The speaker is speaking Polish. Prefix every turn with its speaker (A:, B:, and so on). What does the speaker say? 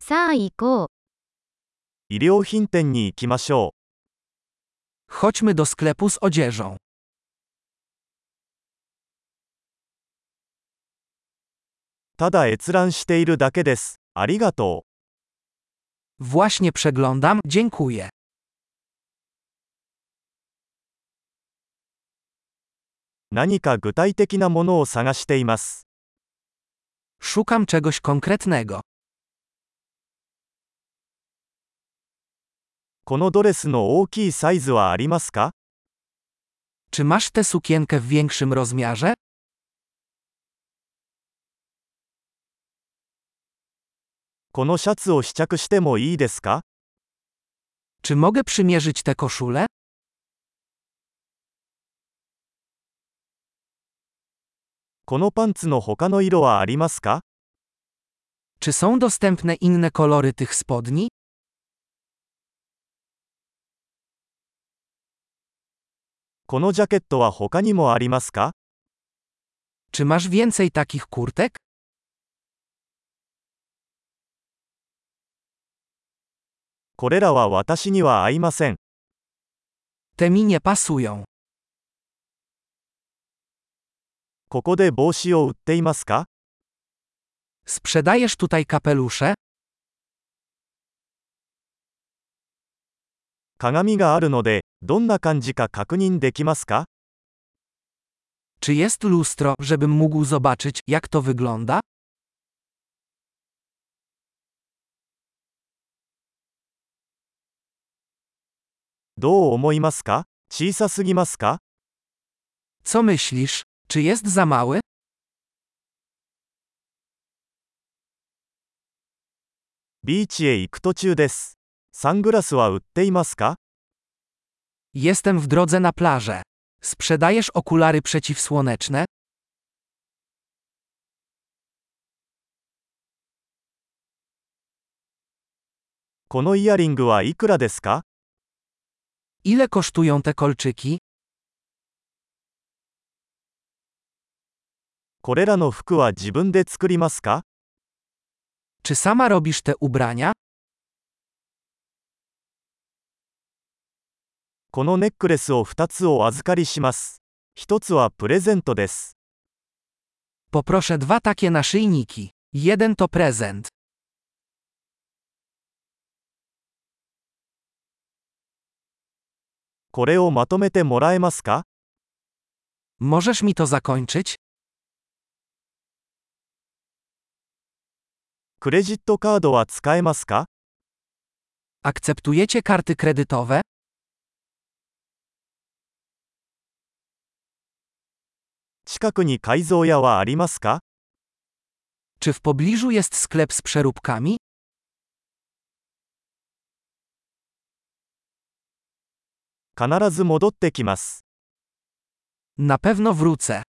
A: さあ行こう。
B: 衣料品店に行きましょ
C: Chodźmy do sklepu z odzieżą.
B: う。ただ閲覧しているだけです。ありがと
C: Właśnie przeglądam, dziękuję.
B: う。何か具体的なものを探しています。
C: Szukam czegoś konkretnego.
B: このドレスの大きいサイズはありますか
C: Czy masz tę sukienkę w większym rozmiarze?
B: このシャツを試着してもいいですか
C: Czy mogę przymierzyć tę koszulę?
B: このパンツの他の色はありますか
C: Czy są dostępne inne kolory tych spodni?
B: このジャケットは他にもありますか
C: Czy masz więcej takich kurtek?
B: これらは私には合いません。
C: Te mi nie pasują.
B: ここで帽子を売っていますか
C: Sprzedajesz tutaj kapelusze?
B: 鏡があるので、どんな感じか確認できますか
C: Czy jest lustro, żebym mógł zobaczyć, jak to wygląda?
B: どう思いますか小さすぎますか
C: Co myślisz? Czy jest za mały?
B: ビーチへ行く途中です。サングラスは売っていますか
C: Jestem w drodze na plażę. Sprzedajesz okulary przeciwsłoneczne?
B: このイヤリングはいくらですか
C: Ile kosztują te kolczyki?
B: これらの服は自分で作りますか
C: Czy sama robisz te ubrania?
B: このネックレスを2つお預かりします。1つはプレゼントです。
C: Poproszę dwa takie naszyjniki. Jeden to prezent.
B: これをまとめてもらえますか
C: Możesz mi to zakończyć?
B: クレジットカードは使えますか
C: Akceptujecie karty kredytowe?
B: 近くに改造屋はありますか
C: Czy w pobliżu jest sklep z przeróbkami?
B: 必ず戻ってきます。
C: Na pewno wrócę.